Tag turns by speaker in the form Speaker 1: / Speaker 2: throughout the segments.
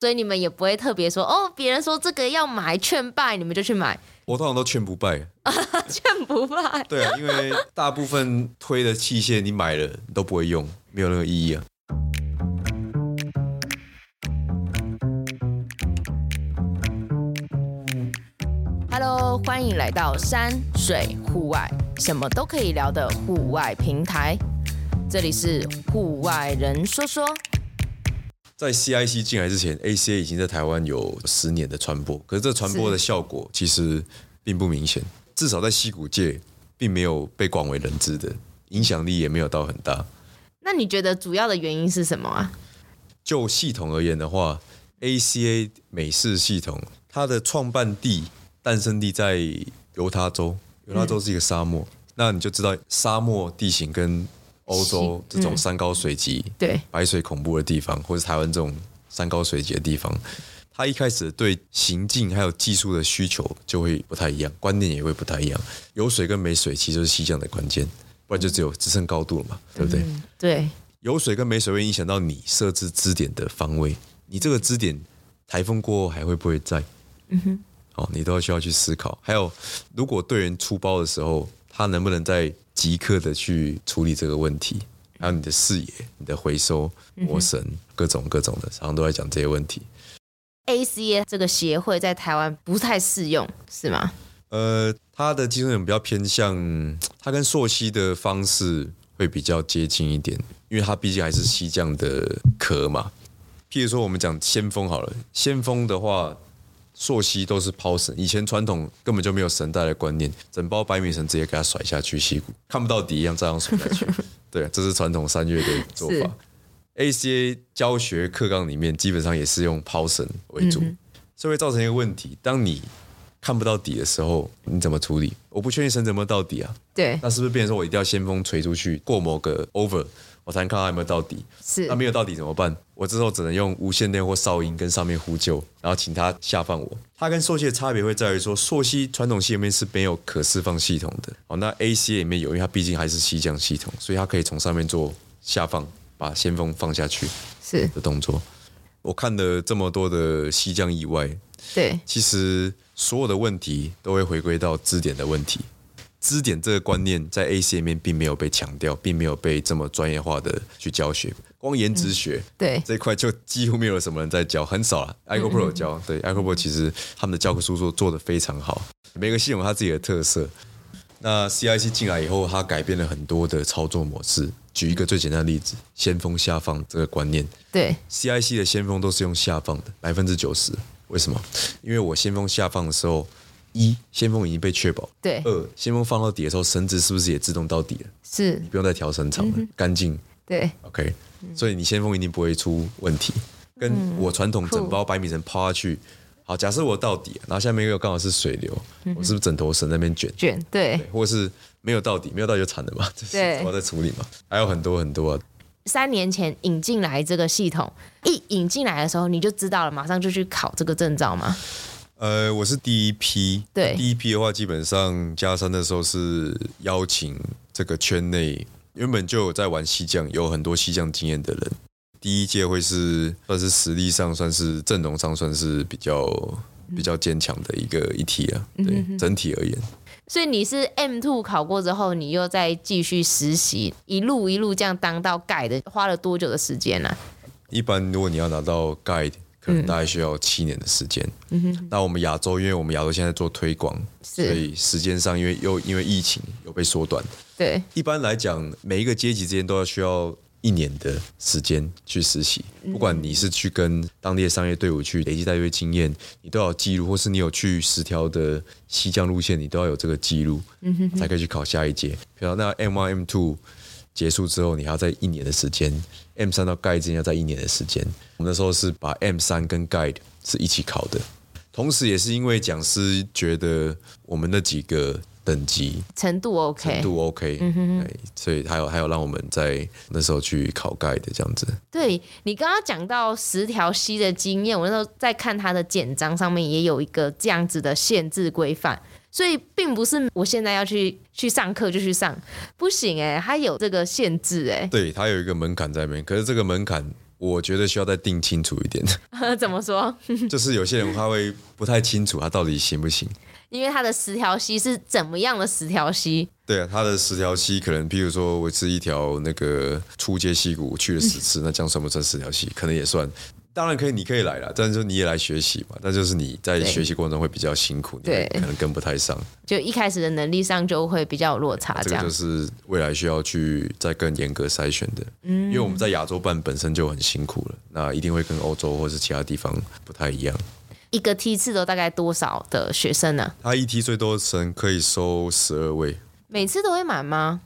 Speaker 1: 所以你们也不会特别说哦，别人说这个要买劝败，你们就去买，
Speaker 2: 我通常都劝不败。
Speaker 1: 劝不败。
Speaker 2: 对啊，因为大部分推的器械你买了你都不会用，没有任何意义啊。
Speaker 1: Hello，欢迎来到山水户外，什么都可以聊的户外平台。这里是户外人说说，
Speaker 2: 在 CIC 进来之前，ACA 已经在台湾有十年的传播，可是这传播的效果其实并不明显，至少在溪谷界并没有被广为人知的，影响力也没有到很大。
Speaker 1: 那你觉得主要的原因是什么啊？
Speaker 2: 就系统而言的话，ACA 美式系统它的创办地、诞生地在犹他州，犹他州是一个沙漠，那你就知道沙漠地形跟欧洲这种山高水急、
Speaker 1: 对，
Speaker 2: 白水恐怖的地方，或是台湾这种山高水急的地方，他一开始对行进还有技术的需求就会不太一样，观念也会不太一样。有水跟没水其实就是西降的关键，不然就只有只剩高度了嘛，对不对？
Speaker 1: 对，
Speaker 2: 有水跟没水会影响到你设置支点的方位，你这个支点台风过后还会不会在？嗯哼，哦，你都要需要去思考。还有，如果队员出包的时候，他能不能在即刻的去处理这个问题？还有你的视野、你的回收、磨绳，各种各种的，常常都在讲这些问题。
Speaker 1: ACA 这个协会在台湾不太适用，是吗？
Speaker 2: 呃，它的技术点比较偏向，它跟溯溪的方式会比较接近一点，因为它毕竟还是溪降的壳嘛。譬如说，我们讲先锋好了，先锋的话，溯溪都是抛绳，以前传统根本就没有绳带的观念，整包百米绳直接给它甩下去，溪谷看不到底一样照样甩下去。对，啊这是传统三月的做
Speaker 1: 是
Speaker 2: 法。ACA 教学课纲里面基本上也是用抛绳为主，所以会造成一个问题：当你看不到底的时候，你怎么处理？我不确定绳子有没有到底啊，
Speaker 1: 对，
Speaker 2: 那是不是变成说我一定要先锋锤出去过某个 over，我才能看到它有没有到底？
Speaker 1: 是
Speaker 2: 那没有到底怎么办？我之后只能用无线电或哨音跟上面呼救，然后请他下放我。它跟溯溪的差别会在于说，溯溪传统系里面是没有可释放系统的，哦，那 AC 里面有，因为它毕竟还是溪降系统，所以它可以从上面做下放，把先锋放下去
Speaker 1: 是，
Speaker 2: 的动作。我看了这么多的溪降意外，
Speaker 1: 对，
Speaker 2: 其实所有的问题都会回归到支点的问题。支点这个观念在 AC 里面并没有被强调，并没有被这么专业化的去教学。光颜值学、
Speaker 1: 对
Speaker 2: 这一块就几乎没有什么人在教，很少了。i c o Pro 有教，对 i c o Pro 其实他们的教科书做做的非常好，每个系统有它自己的特色。那 CIC 进来以后，它改变了很多的操作模式。举一个最简单的例子，先锋下放这个观念，
Speaker 1: 对，
Speaker 2: CIC 的先锋都是用下放的，百分之九十。为什么？因为我先锋下放的时候，一先锋已经被确保，
Speaker 1: 对
Speaker 2: 二先锋放到底的时候，绳子是不是也自动到底了？
Speaker 1: 是，
Speaker 2: 不用再调绳长了，
Speaker 1: 嗯
Speaker 2: 干净。
Speaker 1: 对，
Speaker 2: OK，所以你先锋一定不会出问题。
Speaker 1: 嗯
Speaker 2: 跟我传统整包百米绳抛下去，好，假设我到底，然后下面又刚好是水流，
Speaker 1: 嗯
Speaker 2: 我是不是整头绳在那边卷？
Speaker 1: 卷，对，
Speaker 2: 或者是没有到底，没有到底就惨了嘛，就是
Speaker 1: 对
Speaker 2: 我在处理嘛，还有很多很多啊，
Speaker 1: 三年前引进来这个系统，一引进来的时候你就知道了，马上就去考这个证照嘛。
Speaker 2: 呃，我是第一批，
Speaker 1: 对
Speaker 2: 第一批的话，基本上加山的时候是邀请这个圈内原本就有在玩西将，有很多西将经验的人。第一届会是算是实力上，算是阵容上，算是比较
Speaker 1: 嗯
Speaker 2: 比较坚强的一个一体啊。对，整体而言，
Speaker 1: 所以你是 M two 考过之后，你又再继续实习，一路一路这样当到盖的，花了多久的时间呢、啊
Speaker 2: 一般如果你要拿到 guide，可能大概需要七年的时间。那我们亚洲，因为我们亚洲现在做推广，所
Speaker 1: 嗯是
Speaker 2: 以时间上因为又因为疫情有被缩短，
Speaker 1: 对，
Speaker 2: 一般来讲，每一个阶级之间都要需要一年的时间去实习。不管你是去跟当地的商业队伍去累积带队经验，你都要有记录，或是你有去十条的西江路线，你都要有这个记录，才可以去考下一届。比如那 M one、M two 结束之后，你还要在一年的时间，M 三到 Guide 之间要在一年的时间。我们那时候是把 M 三跟 Guide 是一起考的。同时，也是因为讲师觉得我们那几个等级
Speaker 1: 程度 OK，
Speaker 2: 程度 OK，哎
Speaker 1: 嗯
Speaker 2: 所以还有还有让我们在那时候去考盖的这样子，
Speaker 1: 对你刚刚讲到十条溪的经验，我那时候在看它的简章上面也有一个这样子的限制规范，所以并不是我现在要去去上课就去上，不行哎、它有这个限制哎、
Speaker 2: 对，它有一个门槛在那边，可是这个门槛。我觉得需要再定清楚一点，
Speaker 1: 欸 怎么说？
Speaker 2: 就是有些人他会不太清楚他到底行不行。
Speaker 1: 因为它的十条溪是怎么样的十条溪？
Speaker 2: 对啊，他的十条溪可能，譬如说我吃一条那个初街溪谷去了十次，
Speaker 1: 嗯
Speaker 2: 那这样算不算十条溪？可能也算。当然可以，你可以来啦，但是说你也来学习嘛，那就是你在
Speaker 1: 对
Speaker 2: 学习过程中会比较辛苦，你
Speaker 1: 对
Speaker 2: 会可能跟不太上，
Speaker 1: 就一开始的能力上就会比较有落差，
Speaker 2: 这
Speaker 1: 啊这
Speaker 2: 个
Speaker 1: 样、
Speaker 2: 就是未来需要去再更严格筛选的。嗯，因为我们在亚洲办本身就很辛苦了，那一定会跟欧洲或是其他地方不太一样。
Speaker 1: 一个梯次都大概多少的学生呢？
Speaker 2: 他一梯 E 最多层可以收十二位，
Speaker 1: 每次都会满吗？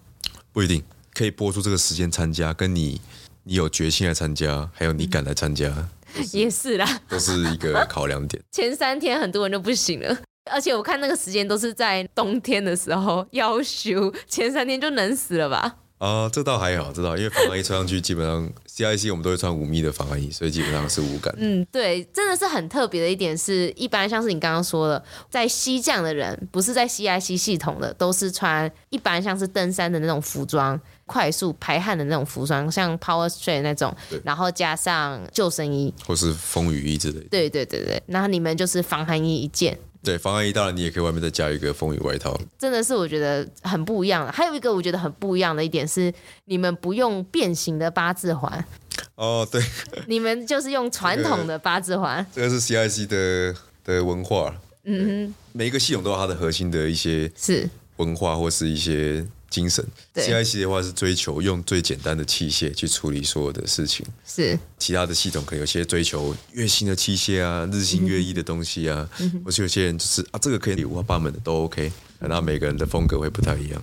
Speaker 2: 不一定可以播出这个时间参加，跟你你有决心来参加，还有你敢来参加，
Speaker 1: 嗯也是啦，
Speaker 2: 都是一个考 量点。
Speaker 1: 前三天很多人就不行了。而且我看那个时间都是在冬天的时候要修，前三天就冷死了吧？
Speaker 2: 啊，这倒还好，这倒因为防寒衣穿上去，基本上 CIC 我们都会穿五密的防寒衣，所以基本上是无感。
Speaker 1: 嗯，对，真的是很特别的一点是，一般像是你刚刚说的，在西藏的人，不是在 CIC 系统的，都是穿一般像是登山的那种服装，快速排汗的那种服装，像 Power Straight 那种
Speaker 2: 对，
Speaker 1: 然后加上救生衣。
Speaker 2: 或是风雨衣之类的。
Speaker 1: 对对对对，然后你们就是防寒衣一件，
Speaker 2: 对，防寒衣当然你也可以外面再加一个风雨外套。
Speaker 1: 真的是我觉得很不一样的。还有一个我觉得很不一样的一点是，你们不用变形的八字环，
Speaker 2: 哦，对，
Speaker 1: 你们就是用传统的八字环。
Speaker 2: 这个是 CIC 的的文化。嗯每一个系统都有它的核心的一些
Speaker 1: 是，
Speaker 2: 文化或是一些精神。
Speaker 1: 对
Speaker 2: CIC 的话是追求用最简单的器械去处理所有的事情，
Speaker 1: 是，
Speaker 2: 其他的系统可能有些追求越新的器械啊，日新月异的东西啊，或是有些人就是啊，这个可以五花八门的都 OK，那每个人的风格会不太一样。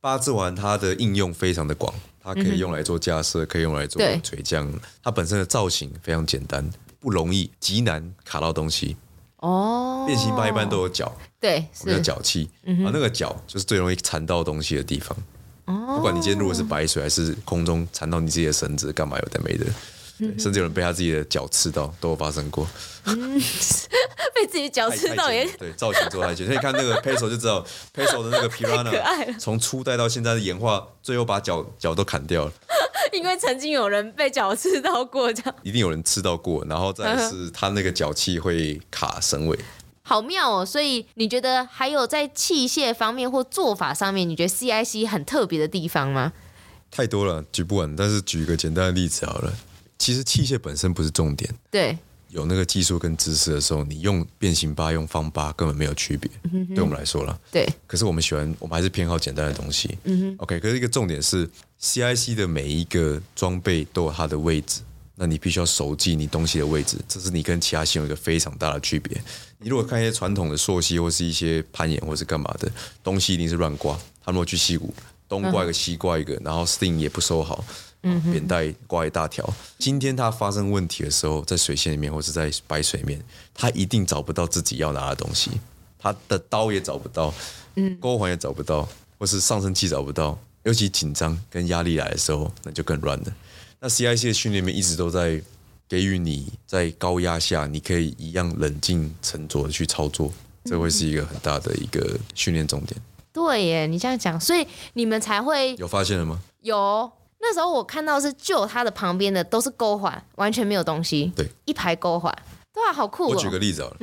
Speaker 2: 八字丸它的应用非常的广，它可以用来做架设，可以用来做
Speaker 1: 对
Speaker 2: 垂降，它本身的造型非常简单，不容易极难卡到东西。
Speaker 1: 哦，
Speaker 2: 变形棒一般都有角，
Speaker 1: 对，
Speaker 2: 我们叫
Speaker 1: 是
Speaker 2: 脚气，啊，那个脚就是最容易缠到东西的地方。不管你今天如果是白水还是空中缠到你自己的绳子，干嘛有的没的，对甚至有人被他自己的脚刺到，都有发生过。
Speaker 1: 被自己脚
Speaker 2: 太
Speaker 1: 刺
Speaker 2: 太
Speaker 1: 到
Speaker 2: 监
Speaker 1: 也
Speaker 2: 了对造型做太监，所以你看那个 Peso 就知道 Peso 的那个
Speaker 1: 可爱了
Speaker 2: Pirana 从初代到现在的演化，最后把脚脚都砍掉了，
Speaker 1: 因为曾经有人被脚刺到过，这样
Speaker 2: 一定有人刺到过。然后再来是他那个脚气会卡绳尾，
Speaker 1: 好妙哦。所以你觉得还有在器械方面或做法上面，你觉得 CIC 很特别的地方吗？
Speaker 2: 太多了举不完。但是举一个简单的例子好了，其实器械本身不是重点。
Speaker 1: 对，
Speaker 2: 有那个技术跟知识的时候，你用变形八用方八根本没有区别，对我们来说啦。
Speaker 1: 对，
Speaker 2: 可是我们喜欢，我们还是偏好简单的东西。OK，可是一个重点是，CIC 的每一个装备都有它的位置，那你必须要熟记你东西的位置，这是你跟其他系统有一个非常大的区别。你如果看一些传统的溯溪或是一些攀岩或是干嘛的东西，一定是乱挂。他们如果去溪谷，东挂一个西挂一个，然后 sting 也不收好。扁带挂一大条。今天它发生问题的时候，在水线里面或是在白水面，它一定找不到自己要拿的东西。他的刀也找不到，嗯，钩环也找不到，或是上升器找不到。尤其紧张跟压力来的时候，那就更乱了。那 CIC 的训练里面一直都在给予你在高压下，你可以一样冷静沉着的去操作，这会是一个很大的一个训练重点。
Speaker 1: 对耶，你这样讲，所以你们才会
Speaker 2: 有发现了吗？
Speaker 1: 有。那时候我看到是就它的旁边的都是钩环，完全没有东西，
Speaker 2: 对，
Speaker 1: 一排钩环，对啊，好酷
Speaker 2: 我嗯
Speaker 1: 哦、
Speaker 2: 举个例子好了，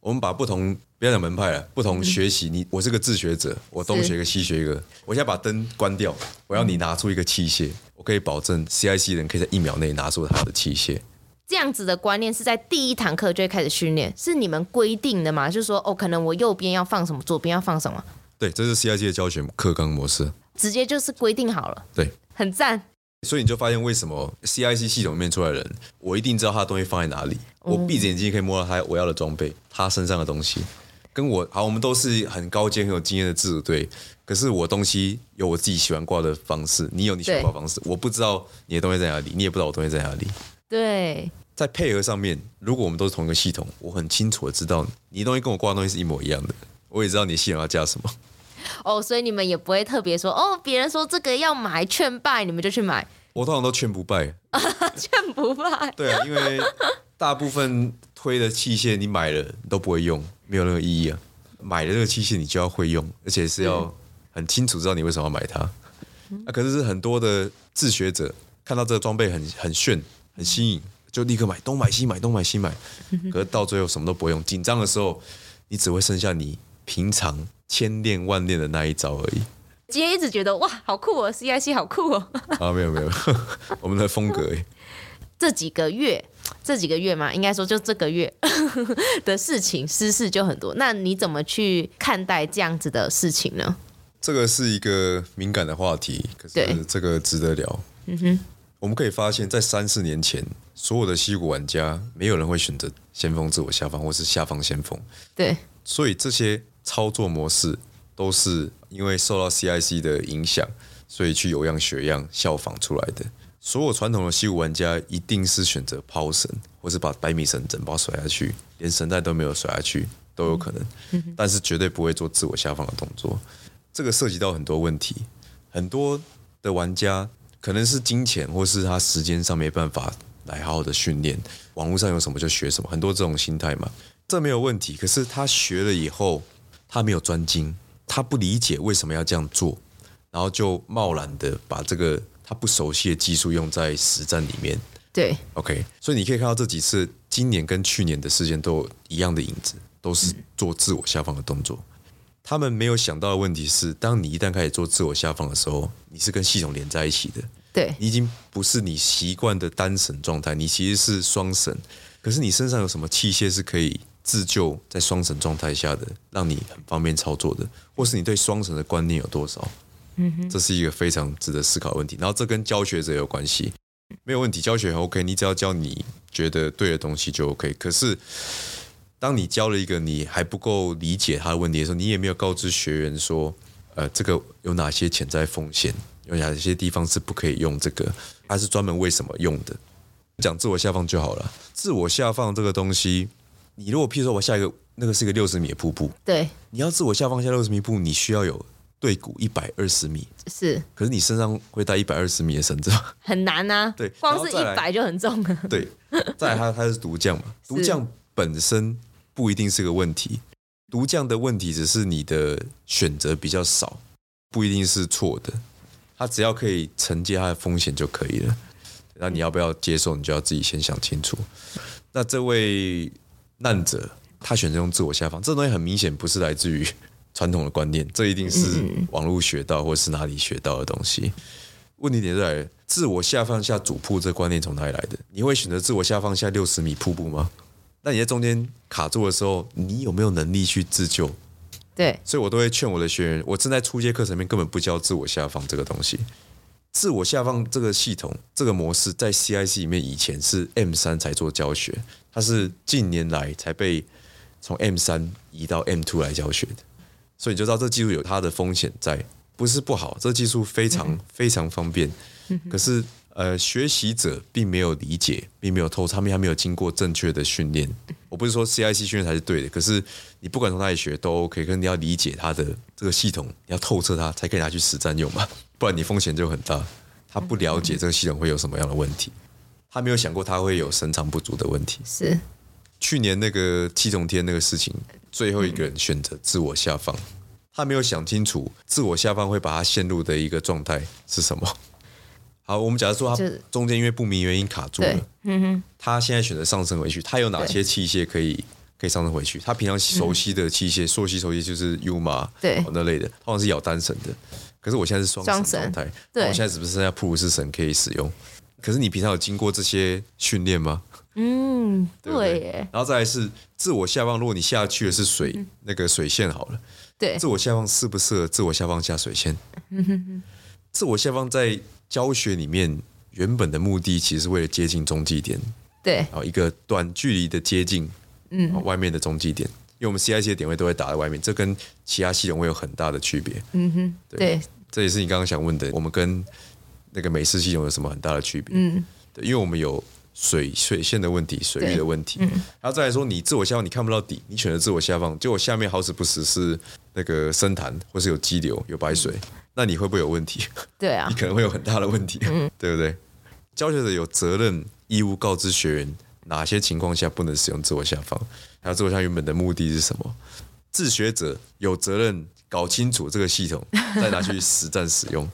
Speaker 2: 我们把不同不要讲门派了，不同学习，你我是个自学者，我东学一个西学一个，我现在把灯关掉，我要你拿出一个器械，我可以保证 CIC 人可以在一秒内拿出他的器械。
Speaker 1: 这样子的观念是在第一堂课就会开始训练，是你们规定的吗？就是说，哦，可能我右边要放什么，左边要放什么，
Speaker 2: 对，这是 CIC 的教学课纲模式。
Speaker 1: 直接就是规定好了，
Speaker 2: 对，
Speaker 1: 很赞。
Speaker 2: 所以你就发现为什么 CIC 系统里面出来的人，我一定知道他的东西放在哪里，我闭着眼睛可以摸到他我要的装备，他身上的东西。跟我好，我们都是很高阶、很有经验的自主队，可是我东西有我自己喜欢挂的方式，你有你喜欢挂的方式，我不知道你的东西在哪里，你也不知道我东西在哪里。
Speaker 1: 对，
Speaker 2: 在配合上面，如果我们都是同一个系统，我很清楚的知道你的东西跟我挂的东西是一模一样的，我也知道你的系统要加什么。
Speaker 1: 哦，所以你们也不会特别说，哦，别人说这个要买劝败，你们就去买，
Speaker 2: 我通常都劝不败，
Speaker 1: 劝不败。
Speaker 2: 对啊，因为大部分推的器械你买了你都不会用，没有任何意义啊。买了这个器械你就要会用，而且是要很清楚知道你为什么要买它。啊，可是很多的自学者看到这个装备很很炫，很吸引，就立刻买，东买西买，东买西买。可是到最后什么都不会用，紧张的时候，你只会剩下你平常千练万练的那一招而已。
Speaker 1: 今天一直觉得哇，好酷哦，CIC 好酷哦。
Speaker 2: 啊，没有没有， 我们的风格而已。
Speaker 1: 这几个月，这几个月嘛，应该说就这个月 的事情，私事就很多。那你怎么去看待这样子的事情呢？
Speaker 2: 这个是一个敏感的话题，可
Speaker 1: 对
Speaker 2: 是这个值得聊。嗯哼，我们可以发现，在三四年前，所有的西谷玩家，没有人会选择先锋自我下方，或是下方先锋，
Speaker 1: 对，
Speaker 2: 所以这些操作模式都是因为受到 CIC 的影响，所以去有样学样效仿出来的。所有传统的西武玩家一定是选择抛绳，或是把百米绳整包甩下去，连绳带都没有甩下去都有可能，但是绝对不会做自我下放的动作。这个涉及到很多问题，很多的玩家可能是金钱或是他时间上没办法来好好的训练，网络上有什么就学什么，很多这种心态嘛，这没有问题。可是他学了以后，他没有专精，他不理解为什么要这样做，然后就贸然的把这个他不熟悉的技术用在实战里面。
Speaker 1: 对，
Speaker 2: OK，所以你可以看到这几次今年跟去年的事件都有一样的影子，都是做自我下放的动作。他们没有想到的问题是，当你一旦开始做自我下放的时候，你是跟系统连在一起的，
Speaker 1: 对，
Speaker 2: 你已经不是你习惯的单绳状态，你其实是双绳。可是你身上有什么器械是可以自救在双绳状态下的，让你很方便操作的，或是你对双绳的观念有多少？这是一个非常值得思考的问题。然后这跟教学者有关系，没有问题，教学很 OK，你只要教你觉得对的东西就 OK。可是当你教了一个你还不够理解他的问题的时候，你也没有告知学员说，呃，这个有哪些潜在风险，有哪些地方是不可以用这个，它是专门为什么用的。讲自我下放就好了，自我下放这个东西，你如果譬如说我下一个那个是一个六十米的瀑布，
Speaker 1: 对，
Speaker 2: 你要自我下放下六十米瀑布，你需要有对骨一百二十米，
Speaker 1: 是
Speaker 2: 可是你身上会带一百二十米的绳子吗？
Speaker 1: 很难啊。
Speaker 2: 对
Speaker 1: 光是
Speaker 2: 然后
Speaker 1: 一
Speaker 2: 再来
Speaker 1: 百就很重 了。
Speaker 2: 对，再来他他是毒将嘛，毒将本身不一定是个问题，毒将的问题只是你的选择比较少，不一定是错的，他只要可以承接他的风险就可以了。那你要不要接受，你就要自己先想清楚。那这位难者他选择用自我下放，这东西很明显不是来自于传统的观念，这一定是网络学到或是哪里学到的东西。问题点在于自我下放下主瀑这观念从哪里来的？你会选择自我下放下六十米瀑布吗？那你在中间卡住的时候，你有没有能力去自救？
Speaker 1: 对，
Speaker 2: 所以我都会劝我的学员，我正在初阶课程里面根本不教自我下放这个东西。自我下放这个系统、这个模式，在 CIC 里面以前是 M 三才做教学，它是近年来才被从 M 三移到 M two 来教学的，所以你就知道这技术有它的风险在，不是不好，这技术非常、非常方便，可是呃，学习者并没有理解，并没有透彻，他们还没有经过正确的训练。我不是说 CIC 训练才是对的，可是你不管从哪里学都 OK，可是你要理解它的这个系统，你要透彻它，才可以拿去实战用嘛， 不然你风险就很大。他不了解这个系统会有什么样的问题，他没有想过他会有深藏不足的问题。
Speaker 1: 是
Speaker 2: 去年那个七重天那个事情，最后一个人选择自我下放，他没有想清楚自我下放会把他陷入的一个状态是什么。好，我们假如说他
Speaker 1: 就是
Speaker 2: 中间因为不明原因卡住
Speaker 1: 对嗯
Speaker 2: 了，他现在选择上升回去，他有哪些器械可以可以上升回去？他平常熟悉的器械，溯溪熟悉就是 U 马
Speaker 1: 嗯对
Speaker 2: 哦那类的，他好像是咬单绳的，可是我现在是双
Speaker 1: 双
Speaker 2: 绳
Speaker 1: 绳
Speaker 2: 状态，
Speaker 1: 对
Speaker 2: 那我现在只不是剩下普鲁士绳可以使用？可是你平常有经过这些训练吗？对不
Speaker 1: 对
Speaker 2: 对嗯
Speaker 1: 耶，
Speaker 2: 然后再来是自我下放，如果你下去的是水、那个水线好了，
Speaker 1: 对
Speaker 2: 自我下放适不适合自我下放下水 线？自我下放在教学里面原本的目的其实是为了接近中继点，
Speaker 1: 对
Speaker 2: 然后一个短距离的接近，嗯，外面的中继点，因为我们 CIC 的点位都会打在外面，这跟其他系统会有很大的区别。
Speaker 1: 对
Speaker 2: 这也是你刚刚想问的，我们跟那个美式系统有什么很大的区别？嗯，对，因为我们有水水线的问题、水域的问题，然后再来说你自我下放，你看不到底，你选择自我下放，结果下面好死不死是那个深潭，或是有激流、有白水，那你会不会有问题？
Speaker 1: 对啊
Speaker 2: 你，可能会有很大的问题， 对不对？教学者有责任义务告知学员哪些情况下不能使用自我下放，还有自我下放原本的目的是什么。自学者有责任搞清楚这个系统，再拿去实战使用。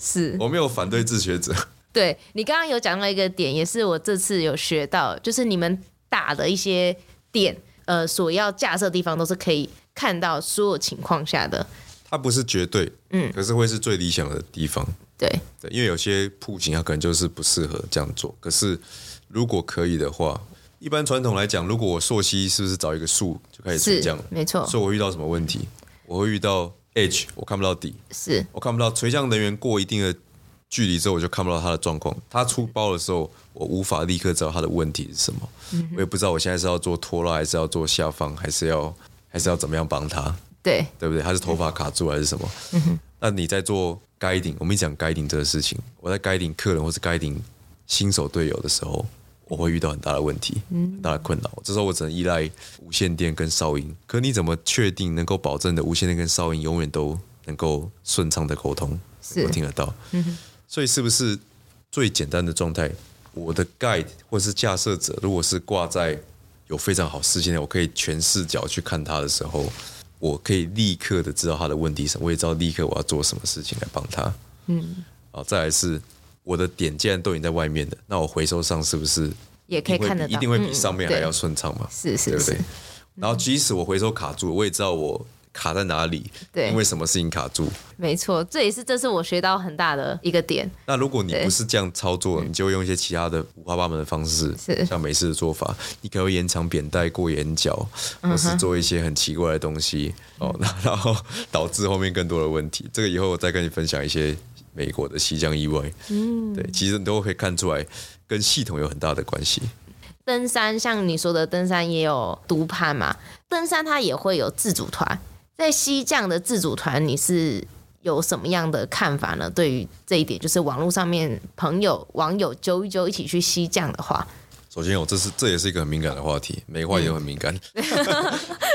Speaker 1: 是
Speaker 2: 我没有反对自学者，
Speaker 1: 对你刚刚有讲到一个点，也是我这次有学到，就是你们打的一些点，呃，所要架设的地方都是可以看到所有情况下的。
Speaker 2: 它不是绝对，嗯，可是会是最理想的地方。
Speaker 1: 对，
Speaker 2: 对，因为有些户型它可能就是不适合这样做。可是如果可以的话，一般传统来讲，如果我溯溪是不是找一个树就开始成
Speaker 1: 是
Speaker 2: 这样了？
Speaker 1: 没错，
Speaker 2: 所以我会遇到什么问题？我会遇到 edge，我看不到底，
Speaker 1: 是
Speaker 2: 我看不到垂降人员过一定的距离之后，我就看不到他的状况。他出包的时候，我无法立刻知道他的问题是什么，
Speaker 1: 嗯
Speaker 2: 我也不知道我现在是要做拖拉，还是要做下方，还是要还是要怎么样帮他。
Speaker 1: 对，
Speaker 2: 对不对？他是头发卡住还是什么？那你在做 guiding，我们一讲 guiding 这个事情，我在 guiding 客人或是 guiding 新手队友的时候，我会遇到很大的问题，很大的困扰。这时候我只能依赖无线电跟哨音。可你怎么确定能够保证的无线电跟哨音永远都能够顺畅的沟通，
Speaker 1: 是
Speaker 2: 能够听得到？所以是不是最简单的状态？我的 guide 或是架设者，如果是挂在有非常好视线的，我可以全视角去看他的时候，我可以立刻的知道他的问题是什么，我也知道立刻我要做什么事情来帮他。嗯，好，再来是我的点既然都已经在外面的，那我回收上是不是
Speaker 1: 也可以
Speaker 2: 一定会
Speaker 1: 看得
Speaker 2: 比
Speaker 1: 到，
Speaker 2: 一定会
Speaker 1: 嗯
Speaker 2: 比上面还要
Speaker 1: 对
Speaker 2: 顺畅嘛？
Speaker 1: 是是
Speaker 2: 对不对
Speaker 1: 是？
Speaker 2: 然后即使我回收卡住，我也知道我卡在哪里，
Speaker 1: 对
Speaker 2: 因为什么事情卡住。
Speaker 1: 没错，这也是这是我学到很大的一个点。
Speaker 2: 那如果你
Speaker 1: 对嗯
Speaker 2: 不是这样操作，你就会用一些其他的五花八门的方式
Speaker 1: 是，
Speaker 2: 像美式的做法，你可能会延长扁带过眼角，
Speaker 1: 嗯
Speaker 2: 或是做一些很奇怪的东西、哦，那 然后导致后面更多的问题。这个以后我再跟你分享一些美国的西江意外，嗯，对，其实你都可以看出来跟系统有很大的关系。
Speaker 1: 登山像你说的，登山也有独攀嘛，登山它也会有自主团。在西藏的自主团，你是有什么样的看法呢？对于这一点，就是网络上面朋友网友揪一揪一起去西藏的话，
Speaker 2: 首先，我哦这是这也是一个很敏感的话题，每个话题都很敏
Speaker 1: 嗯
Speaker 2: 感，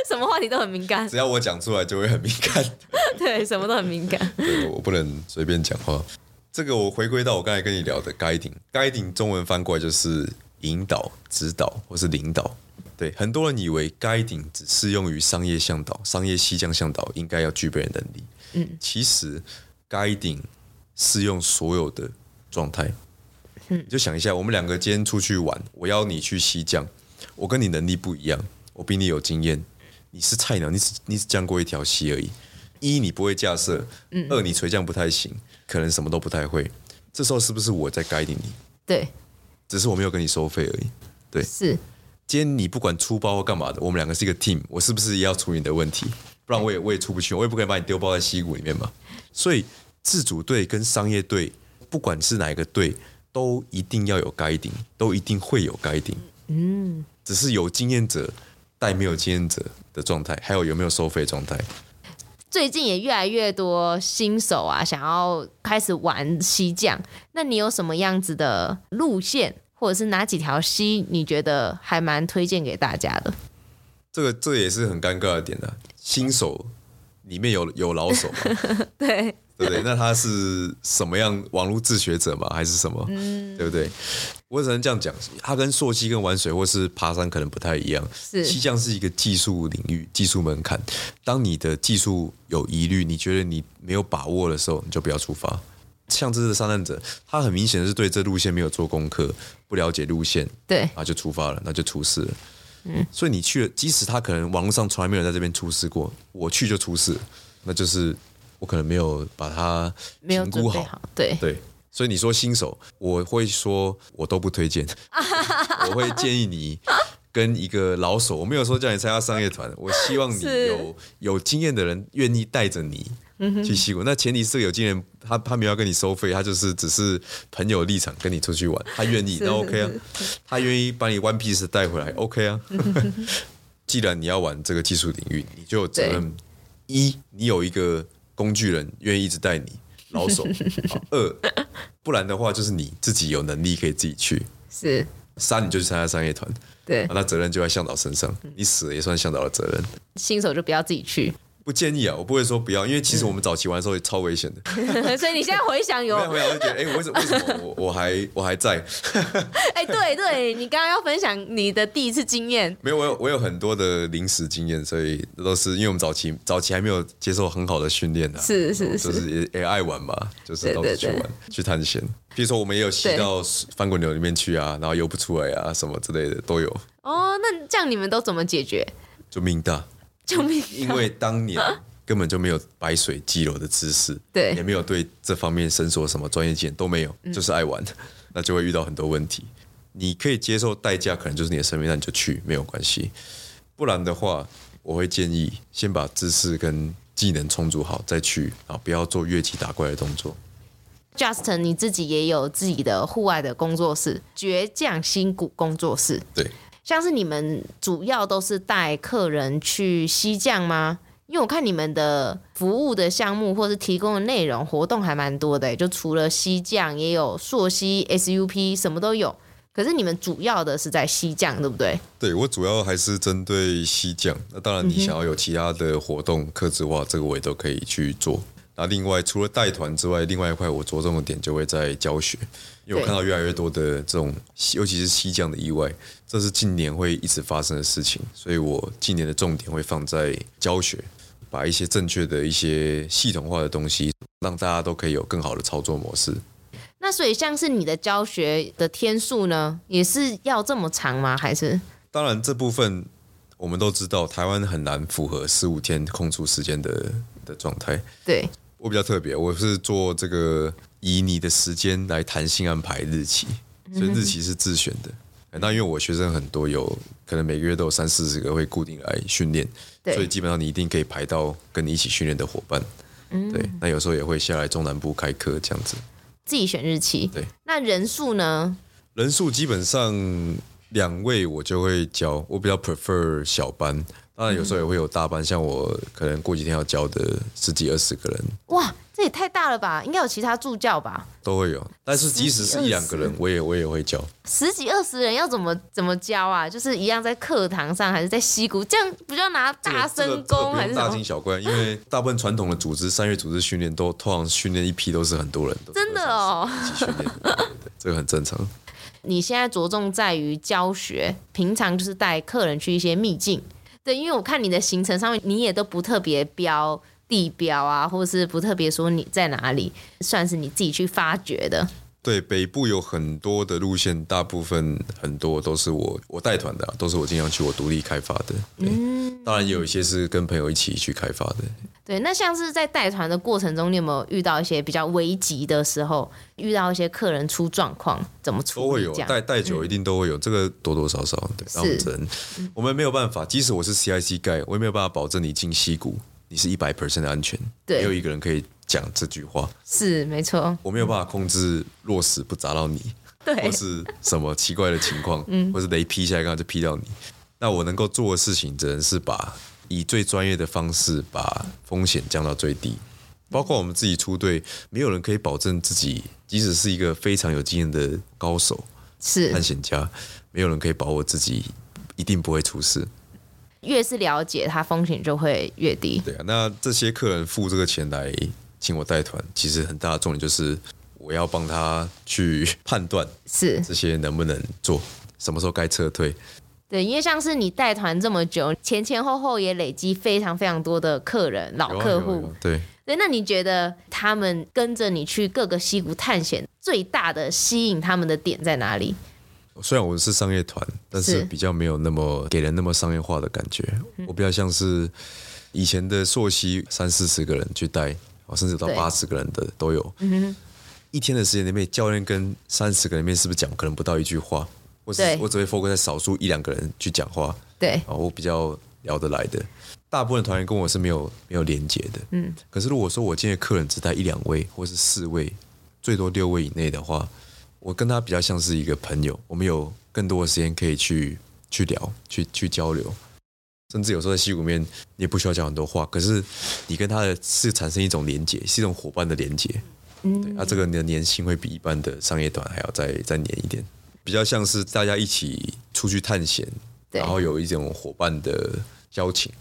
Speaker 1: 什么话题都很敏感
Speaker 2: 只，要我讲出来就会很敏感。
Speaker 1: 对，什么都很敏感。
Speaker 2: 对我不能随便讲话。这个我回归到我刚才跟你聊的 guiding，guiding 中文翻过来就是引导、指导或是领导。对，很多人以为 guiding 只适用于商业向导、商业西江向导应该要具备的能力。嗯，其实 guiding 适用所有的状态。嗯，你就想一下，我们两个今天出去玩，我邀你去西江，我跟你能力不一样，我比你有经验，你是菜鸟，你只你只降过一条溪而已。一你不会架设，二你垂降不太行，可能什么都不太会。这时候是不是我在 guiding 你？
Speaker 1: 对，
Speaker 2: 只是我没有跟你收费而已。
Speaker 1: 是
Speaker 2: 今天你不管出包或干嘛的，我们两个是一个 team，我是不是也要处理你的问题？不然我也我也出不去，我也不可以把你丢包在溪谷里面嘛。所以自主队跟商业队，不管是哪一个队，都一定要有 guiding，都一定会有 guiding。嗯，只是有经验者带没有经验者的状态，还有有没有收费的状态。
Speaker 1: 最近也越来越多新手啊，想要开始玩溪降。那你有什么样子的路线，或者是哪几条溪，你觉得还蛮推荐给大家的？
Speaker 2: 这个这也是很尴尬的点啊。新手里面有有老手嘛，
Speaker 1: 对，
Speaker 2: 对不对？那他是什么样网络自学者嘛，还是什么？对不对？我只能这样讲，他跟溯溪、跟玩水或是爬山可能不太一样。
Speaker 1: 是
Speaker 2: 溪降是一个技术领域、技术门槛。当你的技术有疑虑，你觉得你没有把握的时候，你就不要出发。像这次的上岸者，他很明显是对这路线没有做功课，不了解路线，
Speaker 1: 对
Speaker 2: 然，后就出发了，那就出事了。嗯，所以你去了，即使他可能网络上从来没有人在这边出事过，我去就出事了，那就是我可能没有把它
Speaker 1: 没有
Speaker 2: 评
Speaker 1: 准
Speaker 2: 估
Speaker 1: 备好，对，
Speaker 2: 对，所以你说新手，我会说我都不推荐，我会建议你跟一个老手，我没有说叫你参加商业团，我希望你
Speaker 1: 是
Speaker 2: 有有经验的人愿意带着你。去西谷，那前提是这个有经验人，他他没有要跟你收费，他就是只是朋友立场跟你出去玩，他愿意，那 OK 啊，他愿意把你 One Piece 带回来，OK 啊。既然你要玩这个技术领域，你就有责任一，你有一个工具人愿意一直带你老 手；好二，不然的话就是你自己有能力可以自己去；
Speaker 1: 是，
Speaker 2: 三，你就去参加商业团，
Speaker 1: 对嗯
Speaker 2: 啊，那责任就在向导身上，你死了也算向导的责任。
Speaker 1: 新手就不要自己去，
Speaker 2: 不建议啊，我不会说不要，因为
Speaker 1: 嗯
Speaker 2: 其实我们早期玩的时候也超危险的。
Speaker 1: 所以你现在回想有
Speaker 2: 没，有没有，我就觉得哎、为什为什么我我 还我还在？
Speaker 1: 哎、对对，你刚刚要分享你的第一次经验，
Speaker 2: 没有，我有我有很多的临时经验，所以都是因为我们早期早期还没有接受很好的训练的、啊，
Speaker 1: 是是，
Speaker 2: 就是是也也爱玩嘛，就是
Speaker 1: 对
Speaker 2: 到处
Speaker 1: 对
Speaker 2: 去
Speaker 1: 对
Speaker 2: 玩去探险。比如说我们也有吸
Speaker 1: 对
Speaker 2: 到翻滚流里面去啊，然后游不出来啊，什么之类的都有，
Speaker 1: 哦，那这样你们都怎么解决？
Speaker 2: 就命大。
Speaker 1: 救命！
Speaker 2: 因为当年根本就没有白水激流的知识，
Speaker 1: 对嗯
Speaker 2: 也没有对这方面伸索什么专业技能都没有，就是爱玩，那就会遇到很多问题。你可以接受代价，可能就是你的生命，那你就去没有关系。不然的话，我会建议先把知识跟技能充足好再去啊，不要做越级打怪的动作。
Speaker 1: Justin，你自己也有自己的户外的工作室——倔强新谷工作室。
Speaker 2: 对，
Speaker 1: 像是你们主要都是带客人去西藏吗？因为我看你们的服务的项目或是提供的内容活动还蛮多的、就除了西藏，也有溯溪、SUP，什么都有。可是你们主要的是在西藏，对不对？
Speaker 2: 对我主要还是针对西匠，那当然你想要有其他的活动客制化，这个我也都可以去做。那另外除了带团之外，另外一块我着重的点就会在教学，因为
Speaker 1: 对
Speaker 2: 我看到越来越多的这种，尤其是西匠的意外，这是近年会一直发生的事情，所以我近年的重点会放在教学，把一些正确的一些系统化的东西，让大家都可以有更好的操作模式。
Speaker 1: 那所以像是你的教学的天数呢，也是要这么长吗？还是
Speaker 2: 当然，这部分我们都知道，台湾很难符合十五天空出时间的的状态。
Speaker 1: 对？
Speaker 2: 我比较特别，我是做这个以你的时间来弹性安排日期，所以日期是自选的。那因为我学生很多有，可能每个月都有三四十个会固定来训练，
Speaker 1: 对
Speaker 2: 所以基本上你一定可以排到跟你一起训练的伙伴。对，那有时候也会下来中南部开课这样子。
Speaker 1: 自己选日期。
Speaker 2: 对，
Speaker 1: 那人数呢？
Speaker 2: 人数基本上两位我就会教，我比较 prefer 小班，当然有时候也会有大班，像我可能过几天要教的十几二十个人
Speaker 1: 哇，这也太大了吧！应该有其他助教吧？
Speaker 2: 都会有，但是即使是一两个人，我也我也会教。
Speaker 1: 十几二十人要怎么怎么教啊？就是一样在课堂上，还是在溪谷？这样不就要拿大
Speaker 2: 这个
Speaker 1: 声
Speaker 2: 这个
Speaker 1: 功
Speaker 2: 不
Speaker 1: 还是
Speaker 2: 用
Speaker 1: 什
Speaker 2: 大惊
Speaker 1: 么？
Speaker 2: 小怪，因为大部分传统的组织三月组织训练都通常训练一批都是很多人，都是
Speaker 1: 真的哦，
Speaker 2: 一起训练的，对对对这个很正常。
Speaker 1: 你现在着重在于教学，平常就是带客人去一些秘境。对，因为我看你的行程上面，你也都不特别标地标啊，或者是不特别说你在哪里，算是你自己去发掘的。
Speaker 2: 对，北部有很多的路线，大部分很多都是我我带团的啊、都是我经常去我独立开发的。嗯，当然也有一些是跟朋友一起去开发的。
Speaker 1: 对，那像是在带团的过程中，你有没有遇到一些比较危急的时候，遇到一些客人出状况，怎么
Speaker 2: 都
Speaker 1: 处
Speaker 2: 会
Speaker 1: 理
Speaker 2: 有
Speaker 1: 这样？
Speaker 2: 带带久一定都会有，这个多多少少对，那我们只能我们没有办法，即使我是 CIC 盖，我也没有办法保证你进溪谷你是一百 percent 的安全，
Speaker 1: 对
Speaker 2: 没有一个人可以讲这句话，
Speaker 1: 是没错，
Speaker 2: 我没有办法控制落石不砸到你，
Speaker 1: 对
Speaker 2: 或是什么奇怪的情况，或是雷劈下来刚好就劈到你，那我能够做的事情只能是把以最专业的方式把风险降到最低。包括我们自己出队，没有人可以保证自己，即使是一个非常有经验的高手，
Speaker 1: 是
Speaker 2: 探险家，没有人可以保我自己一定不会出事。
Speaker 1: 越是了解它，风险就会越低。
Speaker 2: 对啊，那这些客人付这个钱来请我带团，其实很大的重点就是我要帮他去判断
Speaker 1: 是
Speaker 2: 这些能不能做，什么时候该撤退。
Speaker 1: 对，因为像是你带团这么久，前前后后也累积非常非常多的客人、老
Speaker 2: 有啊
Speaker 1: 客
Speaker 2: 有啊有
Speaker 1: 户
Speaker 2: 啊。对，
Speaker 1: 对，那你觉得他们跟着你去各个溪谷探险，最大的吸引他们的点在哪里？
Speaker 2: 虽然我是商业团，但是
Speaker 1: 是嗯
Speaker 2: 比较没有那么给人那么商业化的感觉。我比较像是以前的朔溪三四十个人去带，哦甚至到
Speaker 1: 对嗯
Speaker 2: 八十个人的都有。一天的时间里面，教练跟三十个人里面是不是讲可能不到一句话？我只
Speaker 1: 对
Speaker 2: 我只会 focus 在少数一两个人去讲话。
Speaker 1: 对，
Speaker 2: 啊，我比较聊得来的。大部分团员跟我是没有没有连接的，嗯。可是如果说我今天的客人只带一两位，或是四位，最多六位以内的话，我跟他比较像是一个朋友，我们有更多的时间可以去去聊、去去交流。甚至有时候在溪谷里面，你也不需要讲很多话，可是你跟他的是产生一种连接，是一种伙伴的连接。
Speaker 1: 嗯
Speaker 2: 对，那、这个你的粘性会比一般的商业团还要再再黏一点，比较像是大家一起出去探险，
Speaker 1: 对
Speaker 2: 然后有一种伙伴的交情。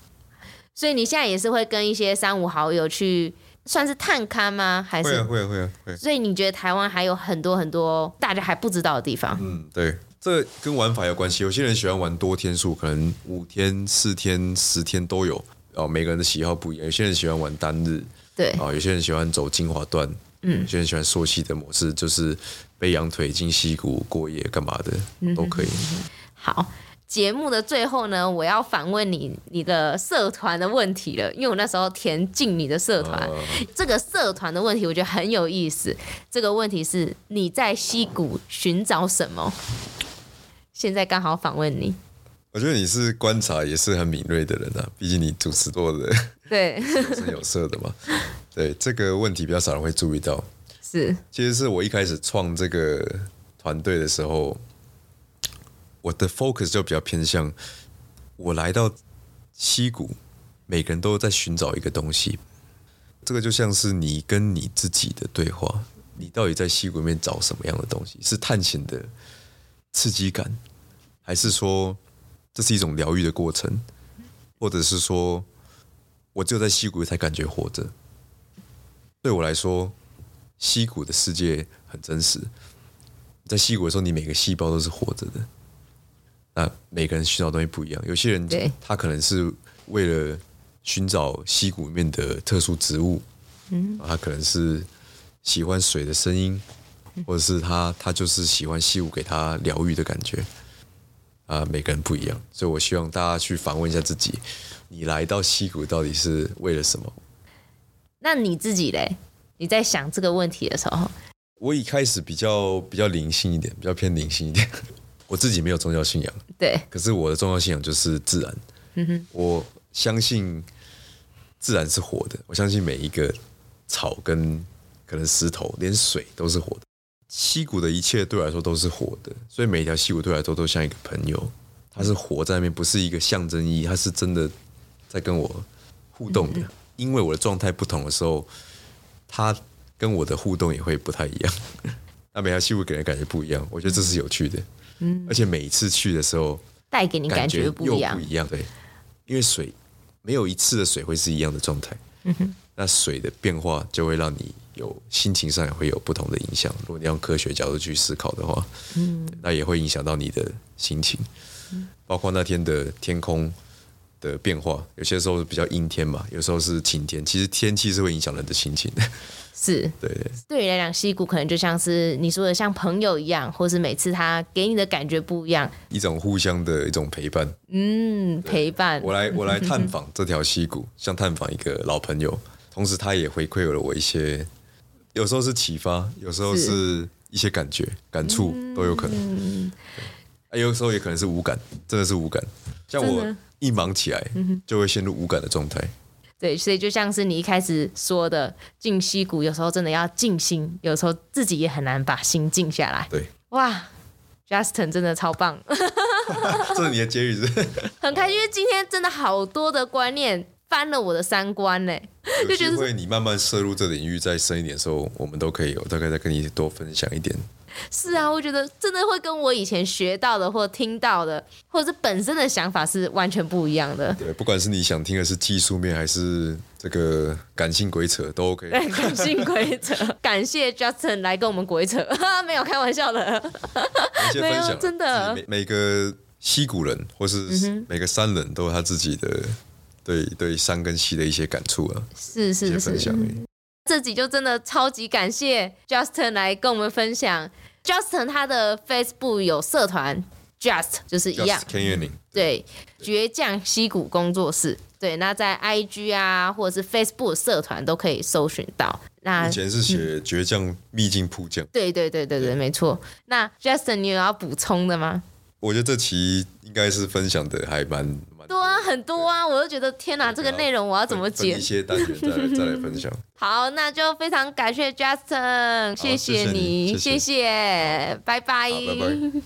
Speaker 1: 所以你现在也是会跟一些三五好友去算是探勘吗？还
Speaker 2: 会啊
Speaker 1: 是？
Speaker 2: 会啊会啊会啊，
Speaker 1: 所以你觉得台湾还有很多很多大家还不知道的地方？
Speaker 2: 嗯，对，这跟玩法有关系。有些人喜欢玩多天数，可能五天、四天、十天都有。哦，每个人的喜好不一样，有些人喜欢玩单日，
Speaker 1: 对，
Speaker 2: 啊，有些人喜欢走精华段，嗯，有些人喜欢溯溪的模式，就是背羊腿进溪谷过夜干嘛的都可以。
Speaker 1: 好。节目的最后呢，我要反问你你的社团的问题了，因为我那时候填进你的社团，这个社团的问题我觉得很有意思。这个问题是你在溪谷寻找什么？现在刚好访问你，
Speaker 2: 我觉得你是观察也是很敏锐的人啊，毕竟你主持多的
Speaker 1: 对，
Speaker 2: 有声有色的嘛。对这个问题比较少人会注意到，
Speaker 1: 是
Speaker 2: 其实是我一开始创这个团队的时候，我的 focus 就比较偏向我来到溪谷，每个人都在寻找一个东西。这个就像是你跟你自己的对话，你到底在溪谷里面找什么样的东西？是探险的刺激感，还是说这是一种疗愈的过程，或者是说我只有在溪谷才感觉活着？对我来说，溪谷的世界很真实。在溪谷的时候，你每个细胞都是活着的。那每个人寻找的东西不一样，有些人
Speaker 1: 对
Speaker 2: 他可能是为了寻找溪谷里面的特殊植物，嗯，他可能是喜欢水的声音，或者是他他就是喜欢溪谷给他疗愈的感觉。啊、每个人不一样，所以我希望大家去反问一下自己：你来到溪谷到底是为了什么？
Speaker 1: 那你自己嘞？你在想这个问题的时候，
Speaker 2: 我一开始比较比较灵性一点，比较偏灵性一点。 我自己没有宗教信仰，
Speaker 1: 对，
Speaker 2: 可是我的宗教信仰就是自然。我相信自然是活的，我相信每一个草跟可能石头，连水都是活的。溪谷的一切对我来说都是活的，所以每一条溪谷对我来说都像一个朋友，它是活在那边，不是一个象征意义，它是真的在跟我互动的。因为我的状态不同的时候，它跟我的互动也会不太一样。 那每条溪谷给人感觉不一样，我觉得这是有趣的。嗯，而且每一次去的时候，
Speaker 1: 带给你感觉
Speaker 2: 又
Speaker 1: 不一样
Speaker 2: 不，一样。对，因为水没有一次的水会是一样的状态。
Speaker 1: 嗯
Speaker 2: 那水的变化就会让你有心情上也会有不同的影响。如果你要用科学角度去思考的话，嗯，那也会影响到你的心情，包括那天的天空的变化。有些时候是比较阴天嘛，有时候是晴天。其实天气是会影响人的心情的。
Speaker 1: 是
Speaker 2: 对对
Speaker 1: 对你来讲，溪谷可能就像是你说的像朋友一样，或是每次他给你的感觉不一样，
Speaker 2: 一种互相的一种陪伴。
Speaker 1: 嗯，陪伴，
Speaker 2: 我来我来探访这条 溪谷，像探访一个老朋友，同时他也回馈了我一些，有时候是启发，有时候是一些感觉、感触
Speaker 1: 嗯
Speaker 2: 都有可能。啊有时候也可能是无感，真的是无感。像
Speaker 1: 真的嗯
Speaker 2: 我一忙起来，就会陷入无感 的状态。
Speaker 1: 对，所以就像是你一开始说的，静溪谷有时候真的要静心，有时候自己也很难把心静下来。
Speaker 2: 对，
Speaker 1: 哇，Justin 真的超棒，
Speaker 2: 这是你的结语是不是？
Speaker 1: 很开心，因为今天真的好多的观念翻了我的三观呢。
Speaker 2: 有
Speaker 1: 觉得是
Speaker 2: 机会你慢慢摄入这领域再深一点的时候，我们都可以有大概再跟你多分享一点。
Speaker 1: 是啊，我觉得真的会跟我以前学到的或听到的，或者是本身的想法是完全不一样的。
Speaker 2: 对，不管是你想听的是技术面还是这个感性鬼扯都 OK。
Speaker 1: 感性规则，感谢 Justin 来跟我们鬼扯， 没有开玩笑的。
Speaker 2: 一些
Speaker 1: 没
Speaker 2: 分享啊，
Speaker 1: 有真的嗯
Speaker 2: 就是每每个溪谷人或是每个山人都有他自己的对对山跟溪的一些感触啊，
Speaker 1: 是
Speaker 2: 一些
Speaker 1: 是嗯
Speaker 2: 分
Speaker 1: 是
Speaker 2: 享，而已。
Speaker 1: 这集就真的超级感谢 Justin 来跟我们分享。Justin 他的 Facebook 有社团 Just 就是一样
Speaker 2: Just，Ken y
Speaker 1: 对，倔强溪谷工作室。对，那在 IG 啊，或者是 Facebook 社团都可以搜寻到。那
Speaker 2: 以前是写倔强秘境铺将，
Speaker 1: 对对对对对，没错。那 Justin，你有要补充的吗？
Speaker 2: 我觉得这期应该是分享的还蛮蛮
Speaker 1: 对啊，很多啊，我就觉得天哪，这个内容我要怎么
Speaker 2: 分
Speaker 1: 解
Speaker 2: 一？些单元再来再来分享，
Speaker 1: 好，那就非常感谢 Justin，谢
Speaker 2: 谢谢
Speaker 1: 你，
Speaker 2: 你谢
Speaker 1: 谢
Speaker 2: 谢
Speaker 1: 谢，拜拜
Speaker 2: 好，拜拜。